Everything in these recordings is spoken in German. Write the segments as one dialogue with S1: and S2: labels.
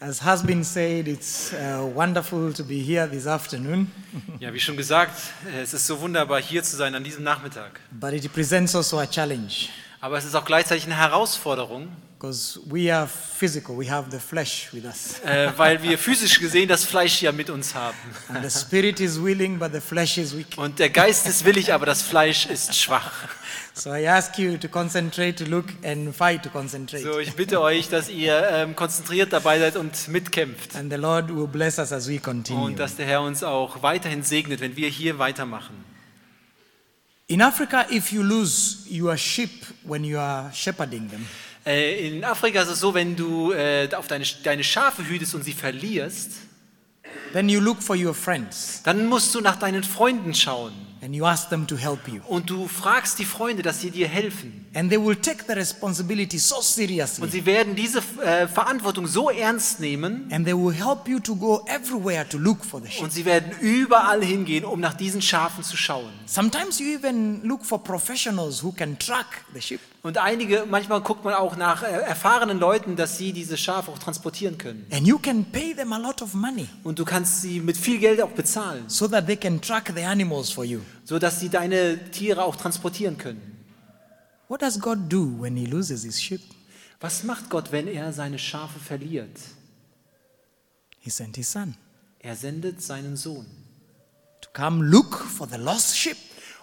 S1: As has been said, it's uh, wonderful to be here this afternoon,
S2: Ja, wie schon gesagt, es ist so wunderbar, hier zu sein an diesem Nachmittag.
S1: but it presents also a challenge
S2: Aber es ist auch gleichzeitig eine Herausforderung,
S1: because we are physical, we have the flesh with us.
S2: äh, weil wir physisch gesehen das Fleisch ja mit uns haben.
S1: And the spirit is willing, but the flesh is weak.
S2: Und der Geist ist willig, aber das Fleisch ist schwach.
S1: So I ask you to concentrate, to look, and fight to concentrate.
S2: So, ich bitte euch, dass ihr ähm, konzentriert dabei seid und mitkämpft.
S1: and the Lord will bless us as we continue.
S2: Und dass der Herr uns auch weiterhin segnet, wenn wir hier weitermachen.
S1: In Africa, if you lose your sheep when you are shepherding them,
S2: Äh, in Afrika ist es so, wenn du äh, auf deine, deine Schafe hütest und sie verlierst,
S1: then you look for your friends
S2: dann musst du nach deinen Freunden schauen.
S1: and you ask them to help you.
S2: Und du fragst die Freunde, dass sie dir helfen.
S1: And they will take the responsibility so seriously.
S2: Und sie werden diese äh, Verantwortung so ernst nehmen
S1: And they will help you to go everywhere to look for the sheep.
S2: und sie werden überall hingehen, um nach diesen Schafen zu schauen.
S1: Sometimes you even look for professionals who can track the sheep.
S2: Und einige, manchmal guckt man auch nach äh, erfahrenen Leuten, dass sie diese Schafe auch transportieren können.
S1: And you can pay them a lot of money
S2: Und du kannst sie mit viel Geld auch bezahlen,
S1: so that they can track the animals for you.
S2: sodass sie deine Tiere auch transportieren können.
S1: What does God do when he loses his sheep?
S2: Was macht Gott, wenn er seine Schafe verliert?
S1: He sent his son
S2: Er sendet seinen Sohn,
S1: to come look for the lost sheep,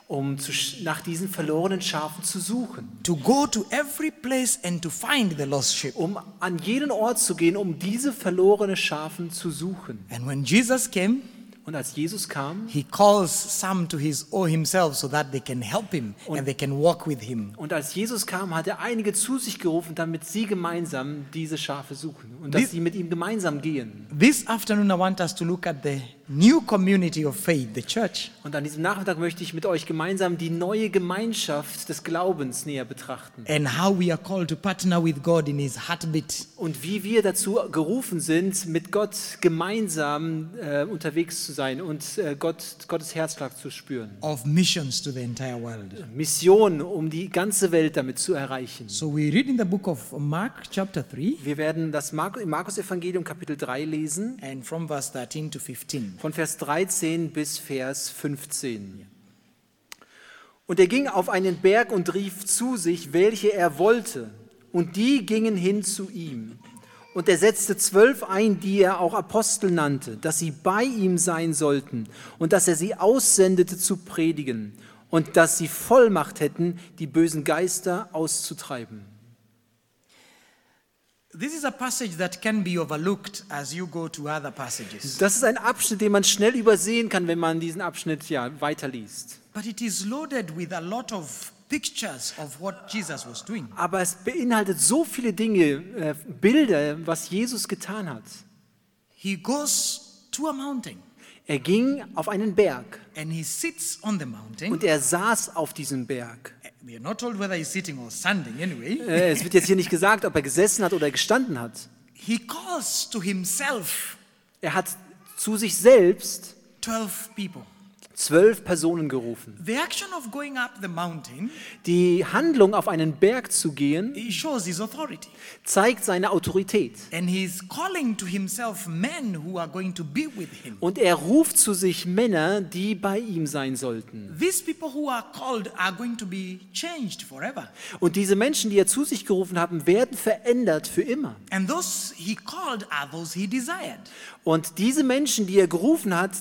S2: um zu, sch- nach diesen verlorenen Schafen zu suchen.
S1: to go to every place and to find the lost sheep.
S2: um an jeden Ort zu gehen, um diese verlorene Schafen zu suchen.
S1: And when Jesus came,
S2: Und als Jesus kam
S1: he calls some to his or himself so that they can help him and they can walk with him.
S2: und als Jesus kam, hat er einige zu sich gerufen, damit sie gemeinsam diese Schafe suchen und
S1: Wie-
S2: dass sie mit ihm gemeinsam gehen.
S1: This afternoon, I want us to look at the new community of faith, the church.
S2: Und an diesem Nachmittag möchte ich mit euch gemeinsam die neue Gemeinschaft des Glaubens näher betrachten
S1: and how we are called to partner with God in His heartbeat.
S2: und wie wir dazu gerufen sind, mit Gott gemeinsam äh, unterwegs zu sein und äh, Gott, Gottes Herzschlag zu spüren.
S1: of missions to the entire world.
S2: Mission, um die ganze Welt damit zu erreichen.
S1: So we read in the book of Mark, chapter 3,
S2: Wir werden das Mark- im Markus-Evangelium Kapitel 3 lesen,
S1: and from verse 13 to 15.
S2: von Vers 13 bis Vers 15. Und er ging auf einen Berg und rief zu sich, welche er wollte, und die gingen hin zu ihm. Und er setzte zwölf ein, die er auch Apostel nannte, dass sie bei ihm sein sollten und dass er sie aussendete zu predigen und dass sie Vollmacht hätten, die bösen Geister auszutreiben.
S1: This is a passage that can be overlooked as you go to other passages,
S2: Das ist ein Abschnitt, den man schnell übersehen kann, wenn man diesen Abschnitt ja weiterliest.
S1: but it is loaded with a lot of pictures of what Jesus was doing.
S2: Aber es beinhaltet so viele Dinge, äh, Bilder, was Jesus getan hat.
S1: He goes to a mountain
S2: Er ging auf einen Berg
S1: and he sits on the mountain.
S2: und er saß auf diesem Berg.
S1: We are not told whether he's sitting or standing anyway.
S2: Äh, es wird jetzt hier nicht gesagt, ob er gesessen hat oder gestanden hat.
S1: He calls to himself
S2: Er hat zu sich selbst
S1: 12 people.
S2: zwölf Personen gerufen.
S1: The action of going up the mountain
S2: Die Handlung, auf einen Berg zu gehen,
S1: it shows his authority.
S2: zeigt seine Autorität.
S1: And he's calling to himself men who are going to be with him.
S2: Und er ruft zu sich Männer, die bei ihm sein sollten.
S1: These people who are called are going to be changed forever.
S2: Und diese Menschen, die er zu sich gerufen haben, werden verändert für immer.
S1: And those he called are those he desired.
S2: Und diese Menschen, die er gerufen hat,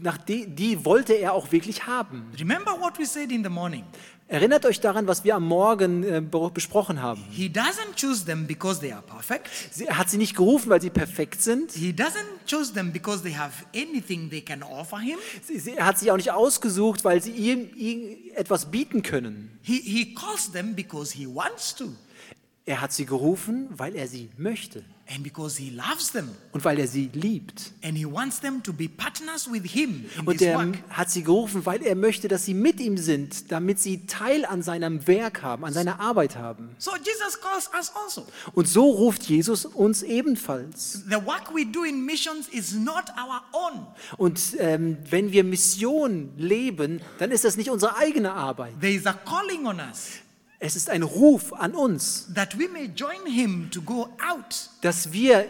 S2: nach die, die wollte er auch wirklich haben.
S1: Remember what we said in the morning.
S2: Erinnert euch daran, was wir am Morgen äh, be- besprochen haben.
S1: He doesn't choose them because they are perfect.
S2: Sie, er hat sie nicht gerufen, weil sie perfekt sind.
S1: He doesn't choose them because they have anything they can offer him.
S2: Sie, sie, er hat sie auch nicht ausgesucht, weil sie ihm, ihm etwas bieten können.
S1: He, he calls them because he wants to
S2: Er hat sie gerufen, weil er sie möchte
S1: and because he loves them.
S2: und weil er sie liebt.
S1: And he wants them to be partners with him in
S2: Und
S1: this
S2: er
S1: work.
S2: hat sie gerufen, weil er möchte, dass sie mit ihm sind, damit sie Teil an seinem Werk haben, an seiner Arbeit haben.
S1: So Jesus calls us also.
S2: Und so ruft Jesus uns ebenfalls.
S1: The work we do in missions is not our own.
S2: Und ähm, wenn wir Mission leben, dann ist das nicht unsere eigene Arbeit.
S1: There is a calling on us
S2: Es ist ein Ruf an uns,
S1: that we may join him to go out
S2: dass wir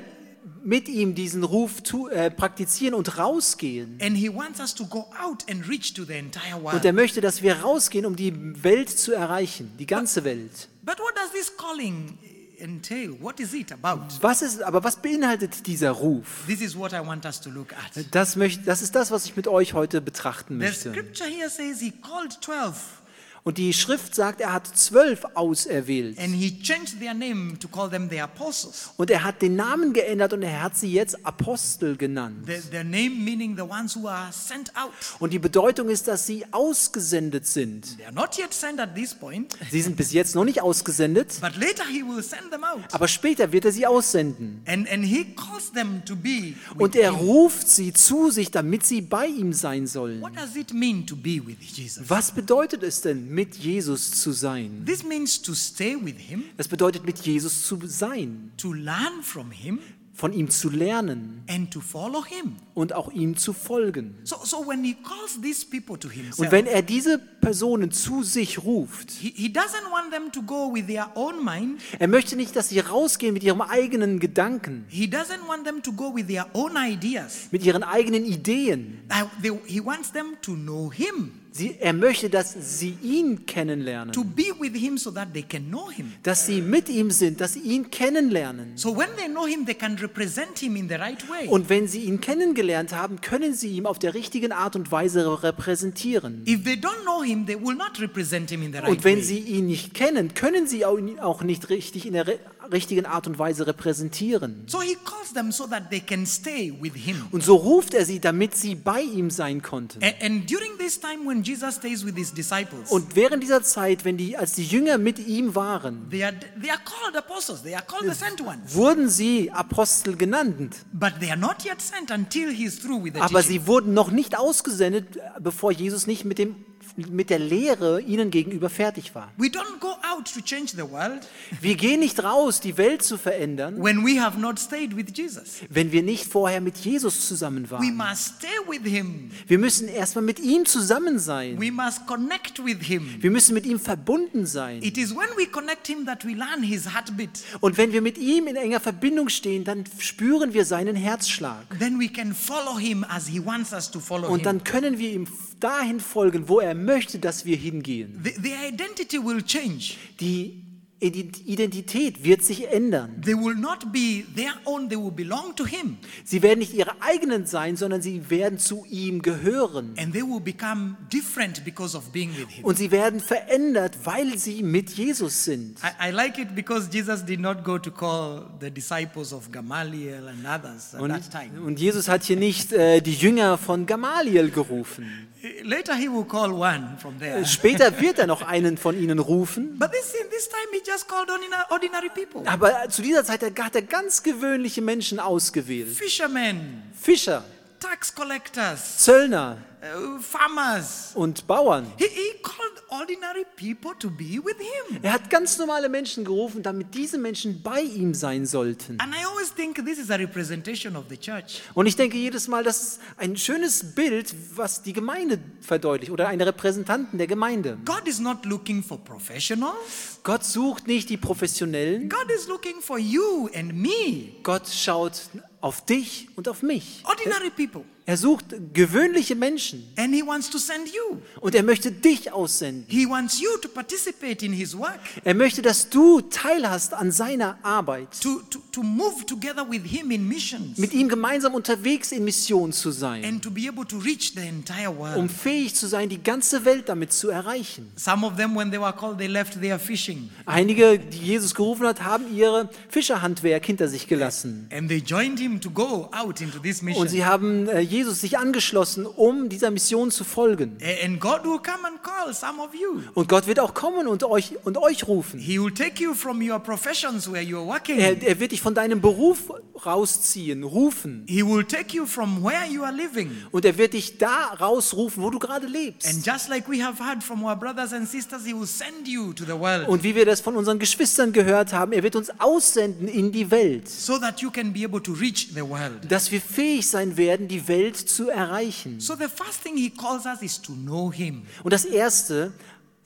S2: mit ihm diesen Ruf tu, äh, praktizieren und rausgehen.
S1: And He wants us to go out and reach to the entire
S2: Und
S1: world.
S2: er möchte, dass wir rausgehen, um die Welt zu erreichen, die ganze Welt.
S1: But what does this calling entail? What is it about?
S2: Was ist, aber was beinhaltet dieser Ruf?
S1: This is what I want us to look at.
S2: Das, möchte, das ist das, was ich mit euch heute betrachten
S1: The
S2: möchte.
S1: scripture here says He called 12
S2: Und die Schrift sagt, er hat zwölf auserwählt.
S1: and He changed their name to call them the apostles.
S2: Und er hat den Namen geändert und er hat sie jetzt Apostel genannt.
S1: The, their name meaning the ones who are sent out.
S2: Und die Bedeutung ist, dass sie ausgesendet sind.
S1: They are not yet sent at this point,
S2: Sie sind bis jetzt noch nicht ausgesendet,
S1: but later He will send them out.
S2: aber später wird er sie aussenden.
S1: And, and He calls them to be with
S2: Und er
S1: Him.
S2: ruft sie zu sich, damit sie bei ihm sein sollen.
S1: What does it mean to be with Jesus?
S2: Was bedeutet es denn, mit Jesus zu sein?
S1: This means to stay with Him,
S2: Es bedeutet, mit Jesus zu sein,
S1: to learn from Him,
S2: von ihm zu lernen
S1: and to follow Him.
S2: und auch ihm zu folgen.
S1: So, so when He calls these people to
S2: Und
S1: Himself,
S2: wenn er diese Personen zu sich ruft,
S1: he, he doesn't want them to go with their own mind.
S2: er möchte nicht, dass sie rausgehen mit ihrem eigenen Gedanken,
S1: He doesn't want them to go with their own ideas.
S2: mit ihren eigenen Ideen.
S1: I- they- he wants them to know Him,
S2: Sie, er möchte, dass sie ihn
S1: to
S2: kennenlernen,
S1: be with Him so that they can know Him.
S2: dass sie mit ihm sind, dass sie ihn kennenlernen.
S1: So when they know Him, they can represent Him in the right way.
S2: Und wenn sie ihn kennengelernt haben, können sie ihm auf der richtigen Art und Weise repräsentieren.
S1: If they don't know Him, they will not represent Him in the right
S2: Und wenn
S1: way.
S2: sie ihn nicht kennen, können sie auch ihn auch nicht richtig in der re- richtigen Art und Weise repräsentieren.
S1: so He calls them so that they can stay with Him.
S2: Und so ruft er sie, damit sie bei ihm sein konnten.
S1: And, and during this time when Jesus stays with his disciples,
S2: Und während dieser Zeit, wenn die, als die Jünger mit ihm waren,
S1: they are, they are called apostles, they are called the sent ones.
S2: wurden sie Apostel genannt.
S1: But they are not yet sent until he is through with the
S2: Aber
S1: teaching.
S2: sie wurden noch nicht ausgesendet, bevor Jesus nicht mit, dem, mit der Lehre ihnen gegenüber fertig war.
S1: We don't go out to change the world
S2: Wir gehen nicht raus, die Welt zu verändern,
S1: when we have not stayed with Jesus.
S2: wenn wir nicht vorher mit Jesus zusammen
S1: We
S2: waren.
S1: must stay with him.
S2: Wir müssen erstmal mit ihm zusammen sein.
S1: We must connect with him.
S2: Wir müssen mit ihm verbunden sein.
S1: It is when we connect him that we learn his heartbeat.
S2: Und wenn wir mit ihm in enger Verbindung stehen, dann spüren wir seinen Herzschlag.
S1: Then we can follow him as he wants us to follow
S2: Und
S1: him.
S2: dann können wir ihm dahin folgen, wo er möchte, dass wir hingehen.
S1: The, their identity will change.
S2: Die Ident- Identität wird sich ändern.
S1: They will not be their own, they will belong to him.
S2: Sie werden nicht ihre eigenen sein, sondern sie werden zu ihm gehören.
S1: and they will become different because of being with him.
S2: Und sie werden verändert, weil sie mit Jesus sind.
S1: I, I like it because Jesus did not go to call the disciples of Gamaliel and others at
S2: Und,
S1: that time.
S2: und Jesus hat hier nicht äh, die Jünger von Gamaliel gerufen.
S1: Later he will call one from there.
S2: Später wird er noch einen von ihnen rufen.
S1: But this in this time he just called ordinary, ordinary people.
S2: Aber zu dieser Zeit hat er ganz gewöhnliche Menschen ausgewählt.
S1: Fishermen,
S2: Fischer,
S1: tax collectors,
S2: Zöllner
S1: uh, farmers.
S2: und Bauern.
S1: He, he called ordinary people to be with him.
S2: Er hat ganz normale Menschen gerufen, damit diese Menschen bei ihm sein sollten.
S1: And I always think this is a representation of the church.
S2: Und ich denke jedes Mal, das ist ein schönes Bild, was die Gemeinde verdeutlicht oder einen Repräsentanten der Gemeinde.
S1: God is not looking for professionals.
S2: Gott sucht nicht die Professionellen,
S1: God is looking for you and me.
S2: Gott schaut auf dich und auf mich.
S1: ordinary people
S2: Er sucht gewöhnliche Menschen
S1: and he wants to send you
S2: und er möchte dich aussenden.
S1: he wants you to participate in his work
S2: Er möchte, dass du teilhast an seiner Arbeit.
S1: to, to, to move together with him in missions
S2: mit ihm gemeinsam unterwegs in Mission zu sein,
S1: and to be able to reach the entire world
S2: um fähig zu sein, die ganze Welt damit zu erreichen.
S1: some of them when they were called they left their fishing
S2: Einige, die Jesus gerufen hat, haben ihre Fischerhandwerk hinter sich gelassen.
S1: and they joined him to go out into this
S2: Und
S1: mission
S2: sie haben äh, Jesus sich angeschlossen, um dieser Mission zu folgen.
S1: A- and god will come and call some of you
S2: Und Gott wird auch kommen und euch, und euch rufen.
S1: he will take you from your professions where you're working
S2: Er, er wird dich von deinem Beruf rausziehen, rufen.
S1: he will take you from where you are living
S2: Und er wird dich da rausrufen, wo du gerade
S1: and
S2: lebst.
S1: just like we have heard from our brothers and sisters he will send you to the world
S2: Und wie wir das von unseren Geschwistern gehört haben, er wird uns aussenden in die Welt.
S1: so that you can be able to reach the world.
S2: dass wir fähig sein werden, die Welt zu erreichen.
S1: So the first thing he calls us is to know him.
S2: Und das Erste,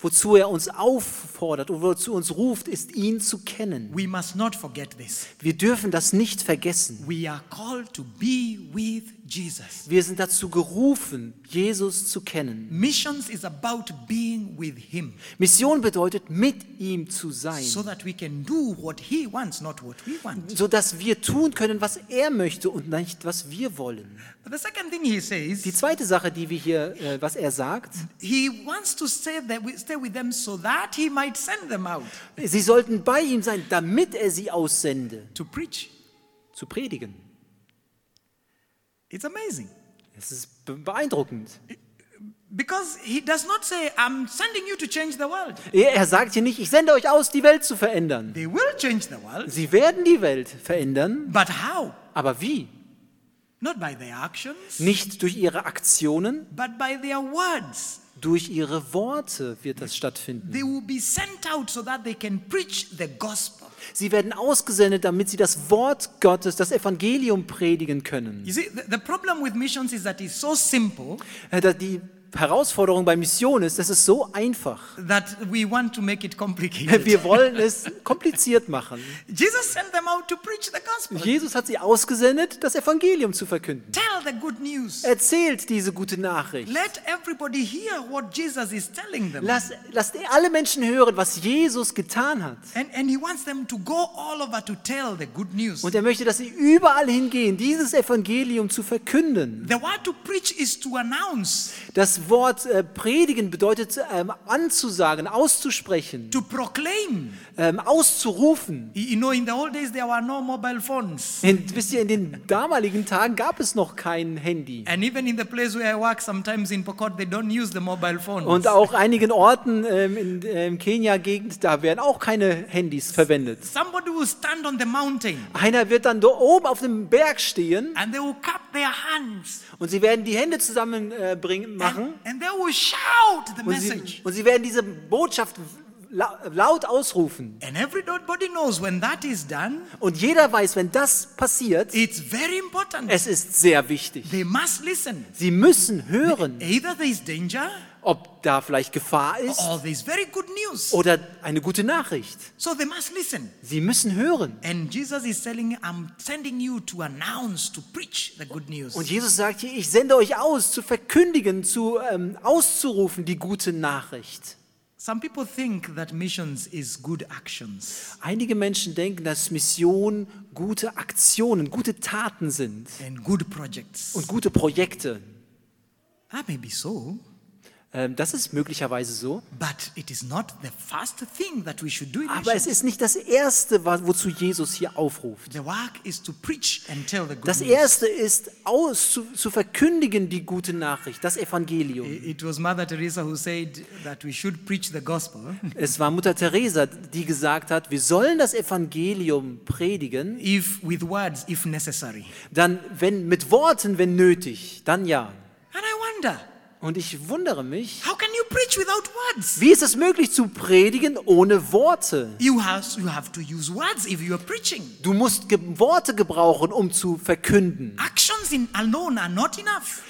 S2: wozu er uns auffordert und wozu uns ruft, ist ihn zu kennen.
S1: We must not forget this.
S2: Wir dürfen das nicht vergessen.
S1: We are called to be with Jesus.
S2: Wir sind dazu gerufen, Jesus zu kennen.
S1: Missions is about being with Him
S2: Mission bedeutet, mit ihm zu sein,
S1: so that we can do what He wants, not what we want.
S2: sodass wir tun können, was er möchte und nicht, was wir wollen.
S1: But the second thing He says,
S2: Die zweite Sache, die wir hier, äh, was er sagt,
S1: He wants to stay, there, with- stay with them so that He might send them out
S2: sie sollten bei ihm sein, damit er sie aussende,
S1: to preach.
S2: zu predigen.
S1: It's amazing.
S2: Es ist be- beeindruckend.
S1: Because He does not say, I'm sending you to change the world.
S2: Er er sagt hier nicht, ich sende euch aus, die Welt zu verändern.
S1: They will change the world.
S2: Sie werden die Welt verändern,
S1: But how?
S2: aber wie?
S1: Not by their actions,
S2: Nicht durch ihre Aktionen,
S1: but by their words.
S2: durch ihre Worte wird das stattfinden.
S1: They will be sent out so that they can preach the gospel.
S2: Sie werden ausgesendet, damit sie das Wort Gottes, das Evangelium predigen können.
S1: You see, the, the problem with missions is that it's so simple
S2: Äh, da- Die Herausforderung bei Mission ist, es ist so einfach.
S1: that we want to make it complicated.
S2: Wir wollen es kompliziert machen.
S1: Jesus sent them out to preach the gospel.
S2: Jesus hat sie ausgesendet, das Evangelium zu verkünden.
S1: Tell the good news.
S2: Erzählt diese gute Nachricht.
S1: Let everybody hear what Jesus is telling them.
S2: Lasst, lasst alle Menschen hören, was Jesus getan hat.
S1: And, and he wants them to go all over to tell the good news.
S2: Und er möchte, dass sie überall hingehen, dieses Evangelium zu verkünden.
S1: The word to preach is to announce,
S2: Das Wort äh, predigen bedeutet ähm, anzusagen, auszusprechen,
S1: to proclaim.
S2: ähm, auszurufen.
S1: You you know, in the old days, there were no mobile phones.
S2: In, wisst ihr, in den damaligen Tagen gab es noch kein Handy.
S1: And even in the place where I work, sometimes in Pokot, they don't use the mobile phones.
S2: Und auch einigen Orten ähm, in ähm, Kenia-Gegend, da werden auch keine Handys verwendet.
S1: Somebody will stand on the mountain
S2: Einer wird dann da oben auf dem Berg stehen
S1: and they will clap their hands
S2: und sie werden die Hände zusammenbringen, äh, bringen- machen.
S1: and, and they will shout the
S2: Und sie,
S1: message.
S2: und sie werden diese Botschaft la laut ausrufen.
S1: And everybody knows when that is done,
S2: Und jeder weiß, wenn das passiert,
S1: it's very important.
S2: es ist sehr wichtig.
S1: They must listen.
S2: Sie müssen hören,
S1: Either there is danger
S2: ob da vielleicht Gefahr ist
S1: or there is very good news.
S2: oder eine gute Nachricht.
S1: So they must listen.
S2: Sie müssen hören.
S1: And Jesus is telling, I'm sending you to announce, to preach the good news.
S2: Und Jesus sagt hier, ich sende euch aus, zu verkündigen, zu ähm, auszurufen die gute Nachricht.
S1: Some people think that missions is good actions.
S2: Einige Menschen denken, dass Mission gute Aktionen, gute Taten sind
S1: and good projects.
S2: und gute Projekte.
S1: That may be so,
S2: Ähm, das ist möglicherweise so.
S1: but it is not the first thing that we should do in
S2: Aber es
S1: missions.
S2: ist nicht das Erste, wa- wozu Jesus hier aufruft.
S1: The work is to preach and tell the good
S2: Das
S1: news.
S2: Erste ist, aus, zu, zu verkündigen die gute Nachricht, das Evangelium.
S1: It was Mother Teresa who said that we should preach the gospel,
S2: Es war Mutter Teresa, die gesagt hat, wir sollen das Evangelium predigen,
S1: if with words, if necessary.
S2: dann, wenn mit Worten, wenn nötig, dann ja.
S1: And I wonder,
S2: Und ich wundere mich,
S1: how can you preach without words?
S2: wie ist es möglich zu predigen ohne Worte?
S1: You have, you have to use words if you are preaching.
S2: Du musst ge Worte gebrauchen, um zu verkünden.
S1: Actions in alone are not enough.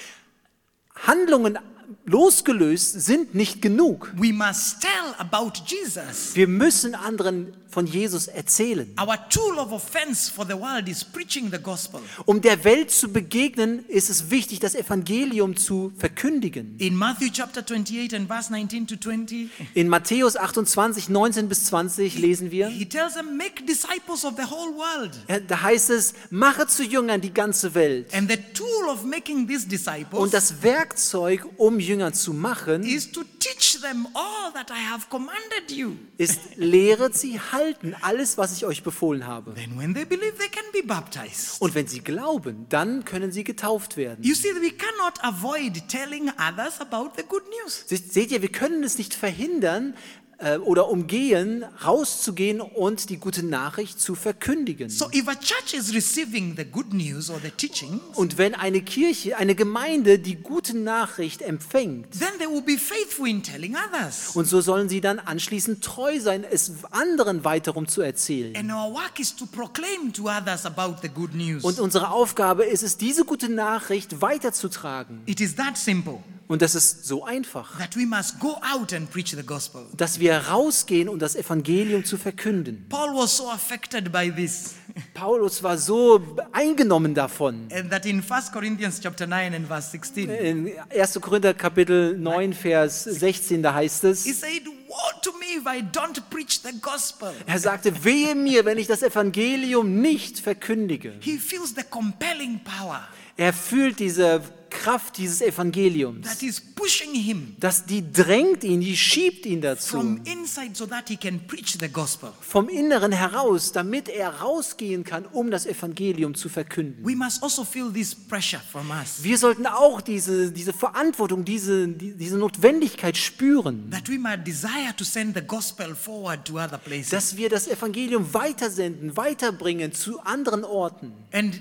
S2: Handlungen losgelöst sind nicht genug.
S1: We must tell about Jesus.
S2: Wir müssen anderen von Jesus erzählen.
S1: Our tool of offense for the world is preaching the gospel.
S2: Um der Welt zu begegnen, ist es wichtig, das Evangelium zu verkündigen.
S1: In Matthew chapter 28 and verse 19 to 20,
S2: In Matthäus 28, 19 bis 20 lesen wir,
S1: he tells them, Make disciples of the whole world.
S2: äh, da heißt es, mache zu Jüngern die ganze Welt.
S1: And the tool of making these
S2: Und
S1: disciples
S2: das Werkzeug, um Jünger zu machen,
S1: is to teach them all that I have commanded you.
S2: ist, lehret sie halten, alles, was ich euch befohlen habe.
S1: Then, when they believe, they can be baptized.
S2: Und wenn sie glauben, dann können sie getauft werden.
S1: You see, we cannot avoid telling others about the good news.
S2: Se- Seht ihr, wir können es nicht verhindern äh, oder umgehen, rauszugehen und die gute Nachricht zu verkündigen.
S1: So, if a church is receiving the good news or the teaching,
S2: Und wenn eine Kirche, eine Gemeinde die gute Nachricht empfängt,
S1: then they will be faithful in telling others.
S2: und so sollen sie dann anschließend treu sein, es anderen weiterum zu erzählen.
S1: And our work is to proclaim to others about the good news.
S2: Und unsere Aufgabe ist es, diese gute Nachricht weiterzutragen.
S1: It is that simple.
S2: Und das ist so einfach,
S1: that we must go out and preach the gospel.
S2: dass wir rausgehen, um das Evangelium zu verkünden.
S1: Paul was so affected by this,
S2: Paulus war so eingenommen davon.
S1: and eh, that in 1 Corinthians chapter 9 and verse 16,
S2: In 1. Korinther Kapitel 9, Vers 16, da heißt
S1: he
S2: es,
S1: said, Woe to me if I don't preach the gospel.
S2: er sagte, wehe mir, wenn ich das Evangelium nicht verkündige.
S1: He feels the compelling power
S2: Er fühlt diese Kraft dieses Evangeliums.
S1: that is pushing him
S2: dass die drängt ihn, die schiebt ihn dazu.
S1: from inside so that he can preach the gospel.
S2: Vom Inneren heraus, damit er rausgehen kann, um das Evangelium zu verkünden.
S1: We must also feel this pressure from us
S2: Wir sollten auch diese, diese Verantwortung, diese, die- diese Notwendigkeit spüren,
S1: that we might desire to send the gospel forward to other places.
S2: dass wir das Evangelium weitersenden, weiterbringen zu anderen Orten.
S1: And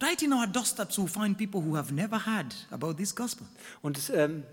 S1: right in our doorsteps, we'll find people who have never heard about this gospel.
S2: Und ähm,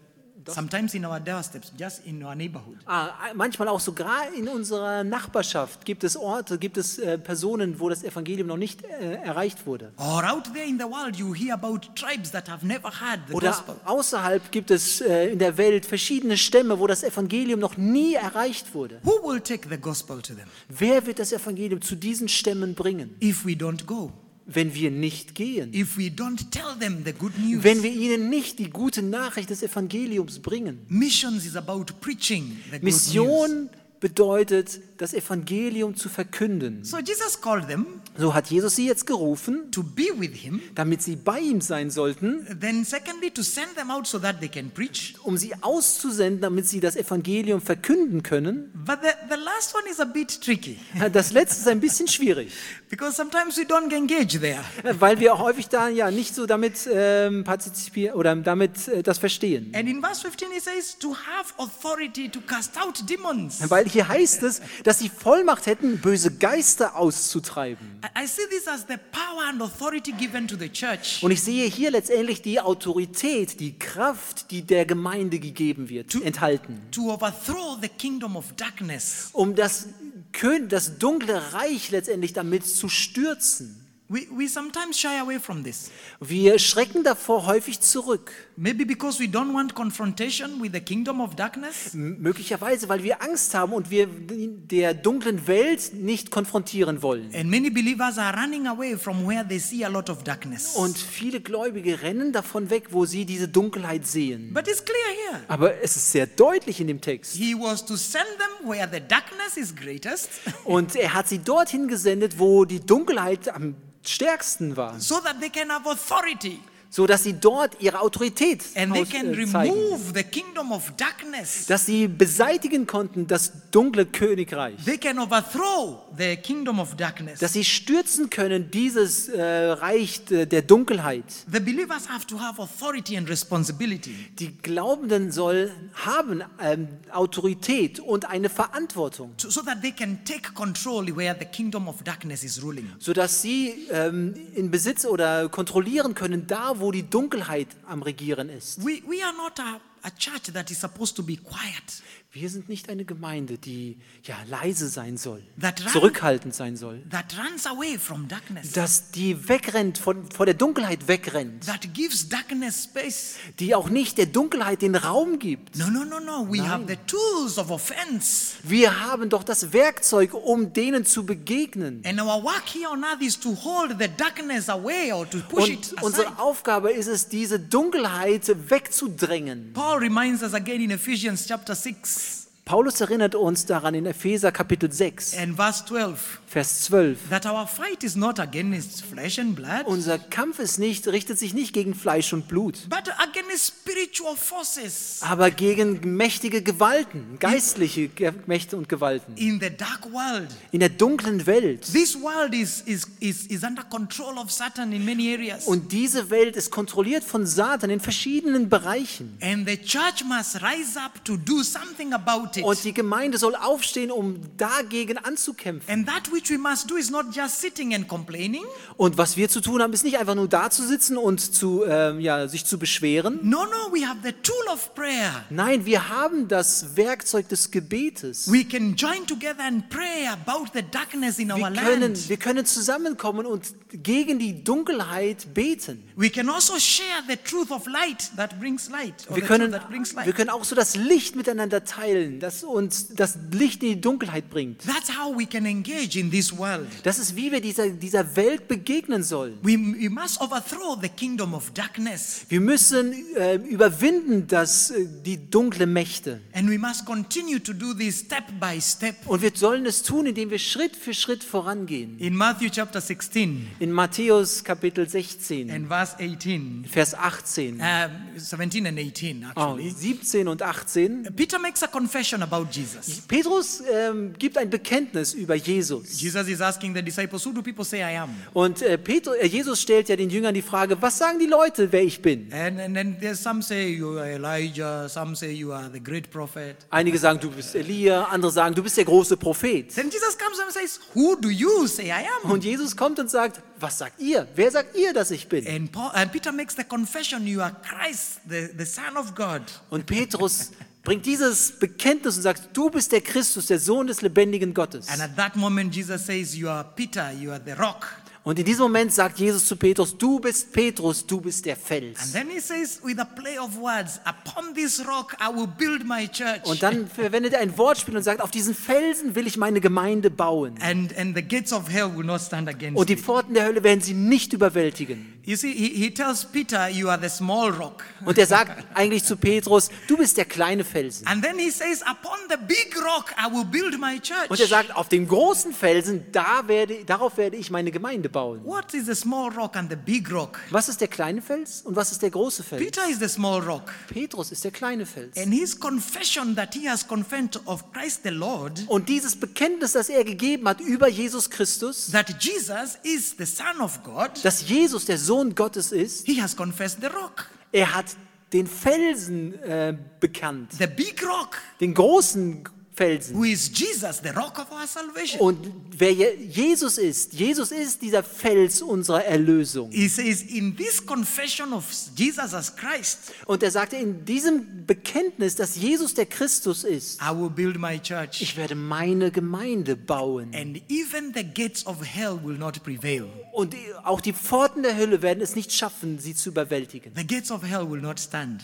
S1: Sometimes in our doorsteps, just in our neighborhood.
S2: ah, manchmal auch sogar in unserer Nachbarschaft gibt es Orte, gibt es äh, Personen, wo das Evangelium noch nicht äh, erreicht wurde.
S1: Or out there in the world, you hear about tribes that have never heard the
S2: Oder
S1: gospel.
S2: außerhalb gibt es äh, in der Welt verschiedene Stämme, wo das Evangelium noch nie erreicht wurde.
S1: Who will take the gospel to them
S2: Wer wird das Evangelium zu diesen Stämmen bringen,
S1: if we don't go?
S2: wenn wir nicht gehen?
S1: If we don't tell them the good news?
S2: Wenn wir ihnen nicht die gute Nachricht des Evangeliums bringen?
S1: Missions is about preaching the good news.
S2: Mission bedeutet, das Evangelium zu verkünden.
S1: So Jesus called them
S2: So hat Jesus sie jetzt gerufen,
S1: to be with him.
S2: damit sie bei ihm sein sollten,
S1: Then, secondly, to send them out so that they can preach.
S2: um sie auszusenden, damit sie das Evangelium verkünden können.
S1: But the, the last one is a bit tricky
S2: Das letzte ist ein bisschen schwierig.
S1: because sometimes we don't engage there.
S2: Ne, Weil wir häufig da ja nicht so damit ähm, partizipieren oder damit äh, das verstehen.
S1: And in verse 15, he says to have authority to cast out demons. I
S2: Weil hier heißt es, dass sie Vollmacht hätten, böse Geister auszutreiben.
S1: I see this as the power and authority given to the church
S2: Und ich sehe hier letztendlich die Autorität, die Kraft, die der Gemeinde gegeben wird, enthalten,
S1: to overthrow the kingdom of darkness.
S2: um das, Kön das dunkle Reich letztendlich damit zu stürzen.
S1: We, we sometimes shy away from this.
S2: Wir schrecken davor häufig zurück.
S1: Maybe because we don't want confrontation with the kingdom of darkness.
S2: M möglicherweise, weil wir Angst haben und wir der dunklen Welt nicht konfrontieren wollen.
S1: And many believers are running away from where they see a lot of darkness.
S2: Und viele Gläubige rennen davon weg, wo sie diese Dunkelheit sehen.
S1: But it's clear here.
S2: Aber es ist sehr deutlich in dem Text.
S1: He was to send them where the darkness is greatest,
S2: Und er hat sie dorthin gesendet, wo die Dunkelheit am stärksten war,
S1: so that they can have authority
S2: so dass sie dort ihre Autorität
S1: and they
S2: aus,
S1: can
S2: äh, zeigen,
S1: remove the kingdom of darkness.
S2: dass sie beseitigen konnten das dunkle Königreich,
S1: They can overthrow the kingdom of darkness.
S2: dass sie stürzen können dieses äh, Reich äh, der Dunkelheit.
S1: The believers have to have authority and responsibility.
S2: Die Glaubenden soll haben ähm, Autorität und eine Verantwortung.
S1: to- so that they can take control where the kingdom of darkness is ruling.
S2: sodass sie ähm, in Besitz oder kontrollieren können, da wo die Dunkelheit am Regieren ist.
S1: We, we are not a, a church that is supposed to be quiet,
S2: Wir sind nicht eine Gemeinde, die ja leise sein soll,
S1: That run-
S2: zurückhaltend sein soll,
S1: that runs away from darkness,
S2: dass die wegrennt, von, vor der Dunkelheit wegrennt,
S1: that gives darkness space.
S2: die auch nicht der Dunkelheit den Raum gibt.
S1: No, no, no, no. We have the tools of offense.
S2: Wir haben doch das Werkzeug, um denen zu begegnen.
S1: And our work here on earth is to hold the darkness away or to push it
S2: Und
S1: aside.
S2: unsere Aufgabe ist es, diese Dunkelheit wegzudrängen.
S1: Paul reminds us again in Ephesians chapter 6
S2: Paulus erinnert uns daran in Epheser Kapitel 6,
S1: and verse 12
S2: Vers 12.
S1: that our fight is not against flesh and blood,
S2: Unser Kampf ist nicht, richtet sich nicht gegen Fleisch und Blut,
S1: but against spiritual forces
S2: aber gegen mächtige Gewalten, geistliche Ge Mächte und Gewalten.
S1: in the dark world.
S2: In der dunklen Welt.
S1: This world is, is, is, is under control of Satan in many areas.
S2: Und diese Welt ist kontrolliert von Satan in verschiedenen Bereichen.
S1: And the church must rise up to do something about
S2: Und
S1: it.
S2: die Gemeinde soll aufstehen, um dagegen anzukämpfen.
S1: And that which we must do is not just sitting and complaining,
S2: Und was wir zu tun haben, ist nicht einfach nur da zu sitzen und zu, ähm, ja, sich zu beschweren,
S1: No, no, we have the tool of prayer.
S2: Nein, wir haben das Werkzeug des Gebetes.
S1: We can join together and pray about the darkness in
S2: Wir
S1: our
S2: können,
S1: land.
S2: wir können zusammenkommen und gegen die Dunkelheit beten.
S1: We can also share the truth of light that brings light. Or
S2: Wir
S1: the
S2: können,
S1: truth that brings
S2: wir
S1: light.
S2: können auch so das Licht miteinander teilen, das uns das Licht in die Dunkelheit bringt.
S1: That's how we can engage in this world.
S2: Das ist, wie wir dieser, dieser Welt begegnen sollen.
S1: We, we must overthrow the kingdom of darkness
S2: Wir müssen äh, überwinden das, äh, die dunkle Mächte.
S1: and we must continue to do this step by step.
S2: Und wir sollen es tun, indem wir Schritt für Schritt vorangehen.
S1: In Matthew chapter 16
S2: In Matthäus Kapitel 16,
S1: and verse 18,
S2: Vers 18,
S1: um, 17 and 18
S2: oh,
S1: actually,
S2: 17 und 18.
S1: Peter makes a confession about Jesus.
S2: Petrus ähm, gibt ein Bekenntnis über Jesus.
S1: Jesus is asking the disciples, Who do people say I am?
S2: Und äh, Petru- äh, Jesus stellt ja den Jüngern die Frage, was sagen die Leute, wer ich bin?
S1: And, and then there's some say you are Elijah, some say you are the great prophet.
S2: Einige sagen, du bist Elia, andere sagen, du bist der große Prophet.
S1: Then Jesus comes and says, Who do you say I am?
S2: Und Jesus kommt und sagt, was sagt ihr? Wer sagt ihr, dass ich bin?
S1: And, Paul, and Peter makes the confession, You are Christ, the, the Son of God.
S2: Und Petrus bringt dieses Bekenntnis und sagt, du bist der Christus, der Sohn des lebendigen Gottes.
S1: And at that moment, Jesus says, You are Peter, you are the rock.
S2: Und in diesem Moment sagt Jesus zu Petrus, du bist Petrus, du bist der
S1: And
S2: Fels.
S1: then he says, with a play of words, Upon this rock I will build my church.
S2: Und dann verwendet er ein Wortspiel und sagt, auf diesen Felsen will ich meine Gemeinde bauen.
S1: and, and the gates of hell will not stand against
S2: Und die
S1: it.
S2: Pforten der Hölle werden sie nicht überwältigen.
S1: You see, he, he tells Peter, You are the small rock.
S2: Und er sagt eigentlich zu Petrus, du bist der kleine Felsen.
S1: And then he says, Upon the big rock I will build my church.
S2: Und er sagt, auf dem großen Felsen, da werde, darauf werde ich meine Gemeinde bauen.
S1: What is the small rock and the big rock?
S2: Was ist der kleine Fels und was ist der große Fels?
S1: Peter is the small rock.
S2: Petrus ist der kleine Fels.
S1: And his confession that he has confessed of Christ the Lord,
S2: Und dieses Bekenntnis, das er gegeben hat über Jesus Christus,
S1: that Jesus is the Son of God,
S2: dass Jesus der Sohn Gottes ist,
S1: he has confessed the rock,
S2: er hat den Felsen äh, bekannt,
S1: the big rock,
S2: den großen Felsen.
S1: who is Jesus, the rock of our salvation.
S2: Und wer Je- Jesus ist, Jesus ist dieser Fels unserer Erlösung.
S1: He says, in this confession of Jesus as Christ,
S2: Und er sagte, in diesem Bekenntnis, dass Jesus der Christus ist,
S1: I will build my church.
S2: ich werde meine Gemeinde bauen.
S1: And even the gates of hell will not prevail.
S2: Und auch die Pforten der Hölle werden es nicht schaffen, sie zu überwältigen.
S1: The gates of hell will not stand.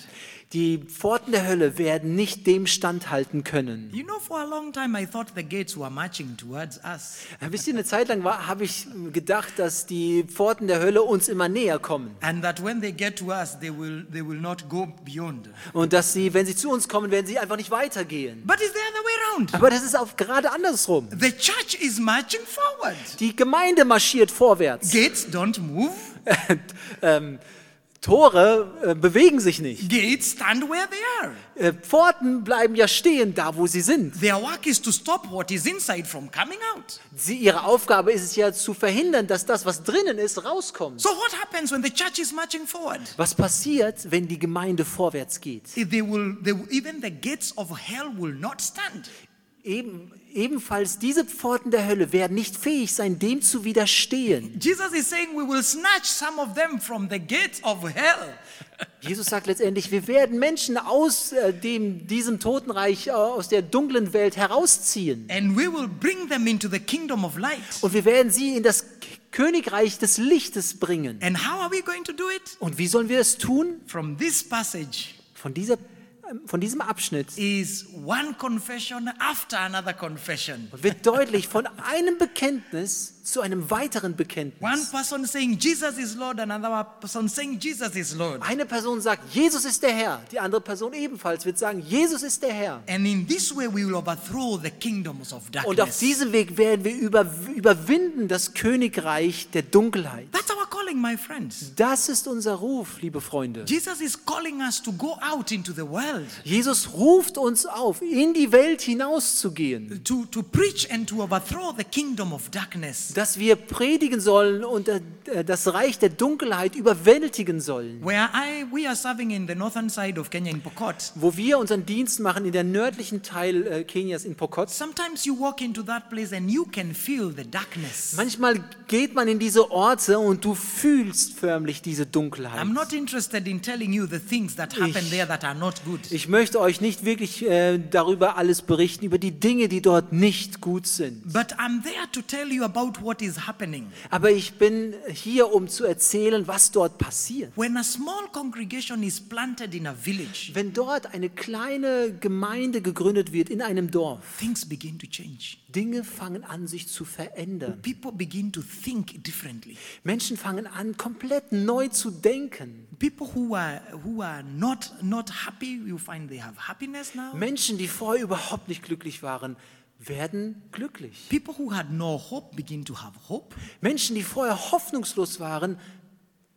S2: Die Pforten der Hölle werden nicht dem standhalten können.
S1: You know, for a long time, I thought the gates were marching towards us.
S2: Ein bisschen eine Zeit lang war- habe ich gedacht, dass die Pforten der Hölle uns immer näher kommen.
S1: And that when they get to us, they will, they will not go beyond.
S2: Und dass sie, wenn sie zu uns kommen, werden sie einfach nicht weitergehen.
S1: But it's the other way around.
S2: Aber das ist auch gerade andersrum.
S1: The church is marching forward.
S2: Die Gemeinde marschiert vorwärts.
S1: Gates don't move,
S2: ähm, Tore äh, bewegen sich nicht.
S1: gates stand where they are.
S2: Äh, Pforten bleiben ja stehen, da wo sie sind.
S1: Their work is to stop what is inside from coming out.
S2: Sie, ihre Aufgabe ist es ja zu verhindern, dass das, was drinnen ist, rauskommt.
S1: So, what happens when the church is marching forward?
S2: Was passiert, wenn die Gemeinde vorwärts geht?
S1: They will, they, will- even the gates of hell will not stand.
S2: Eben, ebenfalls diese Pforten der Hölle werden nicht fähig sein, dem zu widerstehen.
S1: Jesus is saying we will snatch some of them from the gates of hell.
S2: Jesus sagt letztendlich, wir werden Menschen aus äh, dem, diesem Totenreich, äh, aus der dunklen Welt herausziehen.
S1: And we will bring them into the kingdom of light.
S2: Und wir werden sie in das K- Königreich des Lichtes bringen.
S1: And how are we going to do it?
S2: Und wie sollen wir es tun?
S1: From this passage
S2: Von, dieser, ähm, von diesem Abschnitt
S1: is one confession after another confession.
S2: Und wird deutlich von einem Bekenntnis zu einem weiteren
S1: One
S2: Bekenntnis.
S1: person saying Jesus is Lord, another person saying Jesus is Lord.
S2: Eine Person sagt, Jesus ist der Herr. Die andere Person ebenfalls wird sagen, Jesus ist der Herr.
S1: And in this way we will overthrow the kingdoms of
S2: Und auf
S1: darkness.
S2: diesem Weg werden wir über, überwinden das Königreich der Dunkelheit.
S1: That's our calling, my friends.
S2: Das ist unser Ruf, liebe Freunde.
S1: Jesus is calling us to go out into the world.
S2: Jesus ruft uns auf, in die Welt hinauszugehen,
S1: to, to preach and to overthrow the kingdom of darkness.
S2: dass wir predigen sollen und äh, das Reich der Dunkelheit überwältigen sollen.
S1: Where I, we are serving in the northern side of Kenya in Pokot.
S2: Wo wir unseren Dienst machen in der nördlichen Teil äh, Kenias in Pokot,
S1: Sometimes you walk into that place and you can feel the darkness.
S2: Manchmal geht man in diese Orte und du fühlst förmlich diese Dunkelheit.
S1: I'm not interested in telling you the things that happen there that are not good.
S2: Ich möchte euch nicht wirklich äh, darüber alles berichten, über die Dinge, die dort nicht gut sind.
S1: But I'm there to tell you about what is happening.
S2: Aber ich bin hier, um zu erzählen, was dort passiert.
S1: When a small congregation is planted in a village,
S2: Wenn dort eine kleine Gemeinde gegründet wird in einem Dorf,
S1: things begin to change.
S2: Dinge fangen an, sich zu verändern.
S1: People begin to think differently.
S2: Menschen fangen an, komplett neu zu denken.
S1: People who are who are not not happy, you find they have happiness now.
S2: Menschen, die vorher überhaupt nicht glücklich waren, werden glücklich.
S1: People who had no hope begin to have hope.
S2: Menschen, die vorher hoffnungslos waren,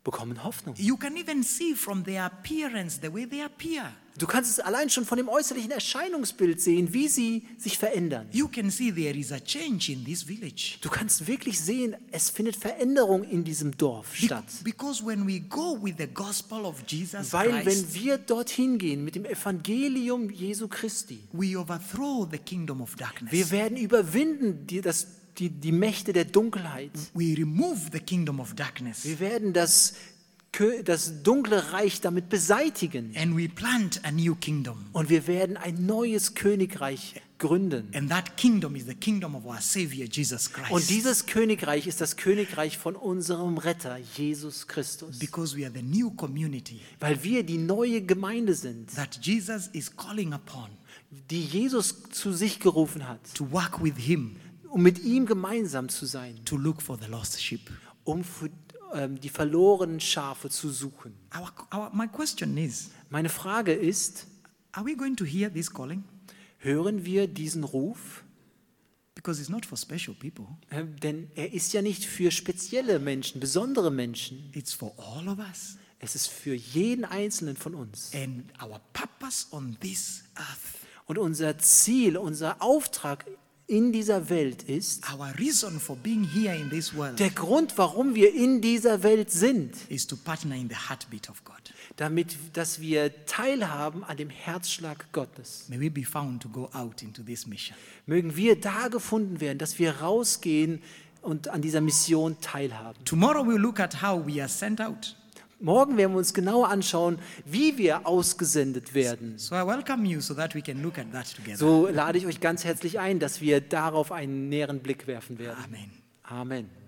S2: bekommen Hoffnung.
S1: You can even see from their appearance the way they appear.
S2: Du kannst es allein schon von dem äußerlichen Erscheinungsbild sehen, wie sie sich verändern.
S1: You can see there is a change in this village.
S2: Du kannst wirklich sehen, es findet Veränderung in diesem Dorf
S1: Be-
S2: statt.
S1: Because when we go with the gospel of Jesus
S2: Weil
S1: Christ,
S2: wenn wir dorthin gehen mit dem Evangelium Jesu Christi,
S1: we overthrow the kingdom of darkness.
S2: wir werden überwinden die, das, die, die Mächte der Dunkelheit.
S1: we remove the kingdom of darkness
S2: Wir werden das, Kö- das dunkle Reich damit beseitigen.
S1: and we plant a new kingdom.
S2: Und wir werden ein neues Königreich gründen.
S1: And that kingdom is the kingdom of our Savior Jesus Christ.
S2: Und dieses Königreich ist das Königreich von unserem Retter, Jesus Christus.
S1: because we are the new community
S2: Weil wir die neue Gemeinde sind,
S1: that Jesus is calling upon
S2: die Jesus zu sich gerufen hat,
S1: to work with Him
S2: um mit ihm gemeinsam zu sein,
S1: to look for the lost sheep.
S2: um für, ähm, die verlorenen Schafe zu suchen.
S1: Our, our, my question is
S2: Meine Frage ist,
S1: are we going to hear this calling?
S2: hören wir diesen Ruf?
S1: Because it's not for special people,
S2: Ähm, denn er ist ja nicht für spezielle Menschen, besondere Menschen.
S1: it's for all of us.
S2: Es ist für jeden Einzelnen von uns.
S1: And our purpose on this earth,
S2: Und unser Ziel, unser Auftrag in dieser Welt ist,
S1: our reason for being here in this world,
S2: Der Grund, warum wir in dieser Welt sind,
S1: is to partner in the heartbeat of God.
S2: damit dass wir teilhaben an dem Herzschlag Gottes.
S1: May we be found to go out into this mission.
S2: Mögen wir da gefunden werden, dass wir rausgehen und an dieser Mission teilhaben.
S1: Tomorrow we'll look at how we are sent out.
S2: Morgen werden wir uns genauer anschauen, wie wir ausgesendet werden.
S1: So I welcome you so that we can look at that together.
S2: So lade ich euch ganz herzlich ein, dass wir darauf einen näheren Blick werfen werden.
S1: Amen.
S2: Amen.